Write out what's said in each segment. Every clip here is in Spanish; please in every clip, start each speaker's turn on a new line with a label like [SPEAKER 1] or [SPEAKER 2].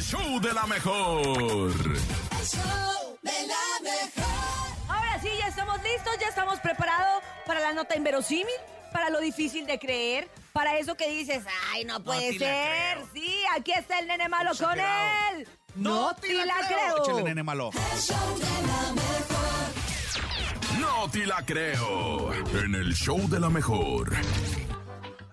[SPEAKER 1] show de la mejor.
[SPEAKER 2] Ahora sí, ya estamos listos, ya estamos preparados para la nota inverosímil, para lo difícil de creer, para eso que dices, ay, no puede
[SPEAKER 3] ti la
[SPEAKER 2] ser.
[SPEAKER 3] creo.
[SPEAKER 2] Sí, aquí está el nene malo con
[SPEAKER 3] Exagerado.
[SPEAKER 2] él. No, te la creo.
[SPEAKER 3] Échale, nene malo.
[SPEAKER 1] No te la creo. En el show de la mejor.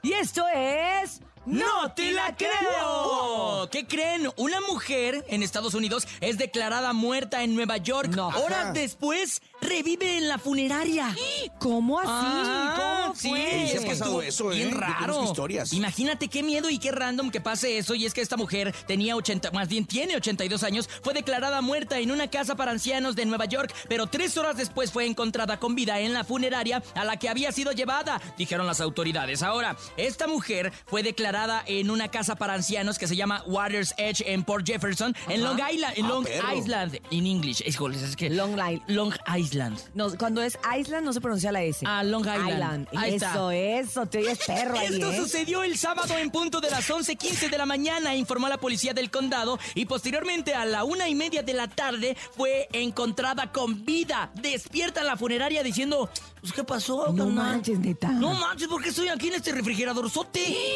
[SPEAKER 2] Y esto es...
[SPEAKER 4] ¡No te la creo! ¿Qué creen? Una mujer en Estados Unidos es declarada muerta en Nueva York.
[SPEAKER 2] No.
[SPEAKER 4] Horas después, revive en la funeraria.
[SPEAKER 2] ¿Cómo así?
[SPEAKER 4] Ah,
[SPEAKER 2] ¿Cómo
[SPEAKER 4] sí,
[SPEAKER 2] fue?
[SPEAKER 4] es
[SPEAKER 5] Sí,
[SPEAKER 4] que
[SPEAKER 5] ha
[SPEAKER 4] estuvo
[SPEAKER 5] pasado eso, ¿eh?
[SPEAKER 4] Bien
[SPEAKER 5] Yo
[SPEAKER 4] raro.
[SPEAKER 5] conozco historias.
[SPEAKER 4] Imagínate qué miedo y qué random que pase eso. Y es que esta mujer tenía 80, más bien tiene 82 años, fue declarada muerta en una casa para ancianos de Nueva York, pero tres horas después fue encontrada con vida en la funeraria a la que había sido llevada, dijeron las autoridades. Ahora, esta mujer fue declarada en una casa para ancianos que se llama Water's Edge en Port Jefferson, en Long Island, en
[SPEAKER 5] Ah,
[SPEAKER 4] Long
[SPEAKER 5] perro.
[SPEAKER 4] Island, in English. Híjoles, es que
[SPEAKER 2] Long Island.
[SPEAKER 4] Long Island.
[SPEAKER 2] No, cuando es Island no se pronuncia la S.
[SPEAKER 4] Ah, Long Island. Ahí está.
[SPEAKER 2] Eso, eso, te oyes perro ahí,
[SPEAKER 4] Esto
[SPEAKER 2] ¿eh?
[SPEAKER 4] sucedió el sábado en punto de las 11.15 de la mañana, informó la policía del condado, y posteriormente a la una y media de la tarde fue encontrada con vida, despierta en la funeraria diciendo, "Pues, ¿qué pasó?
[SPEAKER 2] No
[SPEAKER 4] carnal?
[SPEAKER 2] manches, neta.
[SPEAKER 4] No manches, ¿por qué estoy aquí en este refrigerador sote?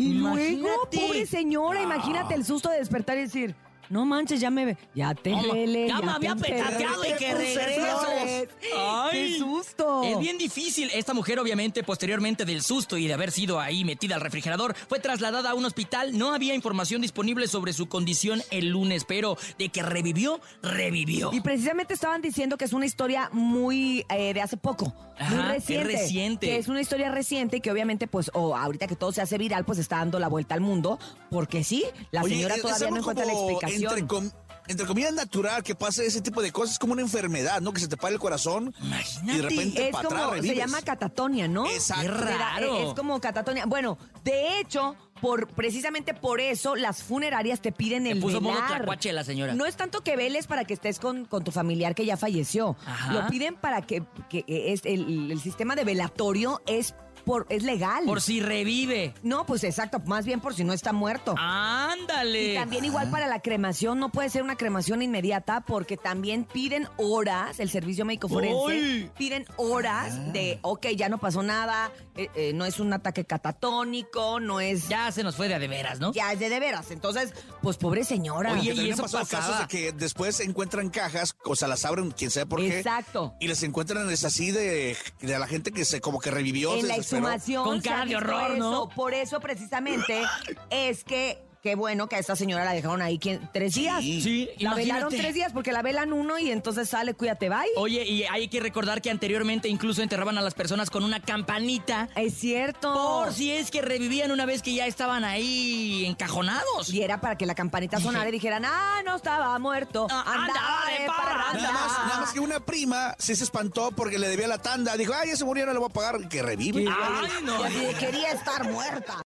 [SPEAKER 2] Y luego, pobre señora, imagínate el susto de despertar y decir, no manches, ya me ve. Ya te
[SPEAKER 4] Toma,
[SPEAKER 2] vele,
[SPEAKER 4] ya me
[SPEAKER 2] te
[SPEAKER 4] había
[SPEAKER 2] enterré,
[SPEAKER 4] petateado y
[SPEAKER 2] te
[SPEAKER 4] que
[SPEAKER 2] puse
[SPEAKER 4] regreso.
[SPEAKER 2] flores.
[SPEAKER 4] Ay,
[SPEAKER 2] ¡Qué susto!
[SPEAKER 4] Es bien difícil. Esta mujer, obviamente, posteriormente del susto y de haber sido ahí metida al refrigerador, fue trasladada a un hospital. No había información disponible sobre su condición el lunes, pero de que revivió, revivió.
[SPEAKER 2] Y precisamente estaban diciendo que es una historia muy eh, de hace poco, muy
[SPEAKER 4] Ajá, es
[SPEAKER 2] reciente,
[SPEAKER 4] reciente.
[SPEAKER 2] Que es una historia reciente y que obviamente, pues, o ahorita que todo se hace viral, pues está dando la vuelta al mundo. Porque sí, la
[SPEAKER 5] Oye,
[SPEAKER 2] señora
[SPEAKER 4] eh,
[SPEAKER 5] es- es
[SPEAKER 2] todavía
[SPEAKER 5] algo
[SPEAKER 2] no encuentra la
[SPEAKER 5] como
[SPEAKER 2] explicación.
[SPEAKER 5] Entre, com- entre comillas natural que pase ese tipo de cosas, es como una enfermedad, ¿no? Que se te para el corazón
[SPEAKER 4] Imagínate.
[SPEAKER 5] y de repente
[SPEAKER 2] es
[SPEAKER 5] para
[SPEAKER 2] como,
[SPEAKER 5] atrás
[SPEAKER 2] se
[SPEAKER 5] revives.
[SPEAKER 2] llama catatonia, ¿no?
[SPEAKER 5] Exacto.
[SPEAKER 4] Qué
[SPEAKER 2] Era-
[SPEAKER 4] raro.
[SPEAKER 2] e- Es como catatonia. Bueno, de hecho, por, precisamente por eso las funerarias te piden el
[SPEAKER 4] puso modo
[SPEAKER 2] velar.
[SPEAKER 4] tlacuache la señora.
[SPEAKER 2] No es tanto que veles para que estés con, con tu familiar que ya falleció.
[SPEAKER 4] Ajá.
[SPEAKER 2] Lo piden para que, que es el, el sistema de velatorio es por es legal.
[SPEAKER 4] Por si revive.
[SPEAKER 2] No, pues exacto, más bien por si no está muerto.
[SPEAKER 4] Ándale.
[SPEAKER 2] Y también igual para la cremación, no puede ser una cremación inmediata porque también piden horas, el servicio médico forense,
[SPEAKER 4] ¡Ay! Ah.
[SPEAKER 2] piden horas de, ok, ya no pasó nada, eh, eh, no es un ataque catatónico, no es... Ya,
[SPEAKER 4] Ya se nos fue de a de veras, ¿no?
[SPEAKER 2] es de de veras. Entonces, pues pobre señora.
[SPEAKER 4] Oye,
[SPEAKER 5] Que
[SPEAKER 4] y
[SPEAKER 5] también
[SPEAKER 4] eso
[SPEAKER 5] han pasado
[SPEAKER 4] pasaba.
[SPEAKER 5] casos de que después encuentran cajas, o sea, las abren, quién sabe por qué.
[SPEAKER 2] Exacto.
[SPEAKER 5] Y las encuentran es así de, de la gente que se como que revivió.
[SPEAKER 2] en
[SPEAKER 5] se
[SPEAKER 2] la
[SPEAKER 5] desesperó.
[SPEAKER 2] exhumación.
[SPEAKER 4] Con
[SPEAKER 2] se
[SPEAKER 4] cara
[SPEAKER 2] ha
[SPEAKER 4] de
[SPEAKER 2] visto
[SPEAKER 4] horror, ¿no?
[SPEAKER 2] eso. Por eso precisamente es que qué bueno que a esta señora la dejaron ahí ¿quién? tres días.
[SPEAKER 4] Sí,
[SPEAKER 2] La velaron
[SPEAKER 4] imagínate. Oh.
[SPEAKER 2] tres días porque la velan uno y entonces sale, cuídate, bye.
[SPEAKER 4] Oye, y hay que recordar que anteriormente incluso enterraban a las personas con una campanita
[SPEAKER 2] Es cierto.
[SPEAKER 4] Por si es que revivían una vez que ya estaban ahí encajonados.
[SPEAKER 2] Y era para que la campanita sonara y dijeran, ah, no estaba muerto.
[SPEAKER 4] Ah,
[SPEAKER 2] Andaba,
[SPEAKER 4] andaba
[SPEAKER 2] de
[SPEAKER 4] de parranda".
[SPEAKER 2] parranda.
[SPEAKER 5] Nada más, nada más que
[SPEAKER 2] Ah.
[SPEAKER 5] una prima sí se espantó porque le debía la tanda. Dijo, ay, ya se murió, no le voy a pagar. Que revive.
[SPEAKER 4] Ay, no.
[SPEAKER 2] Y así de, Quería estar muerta.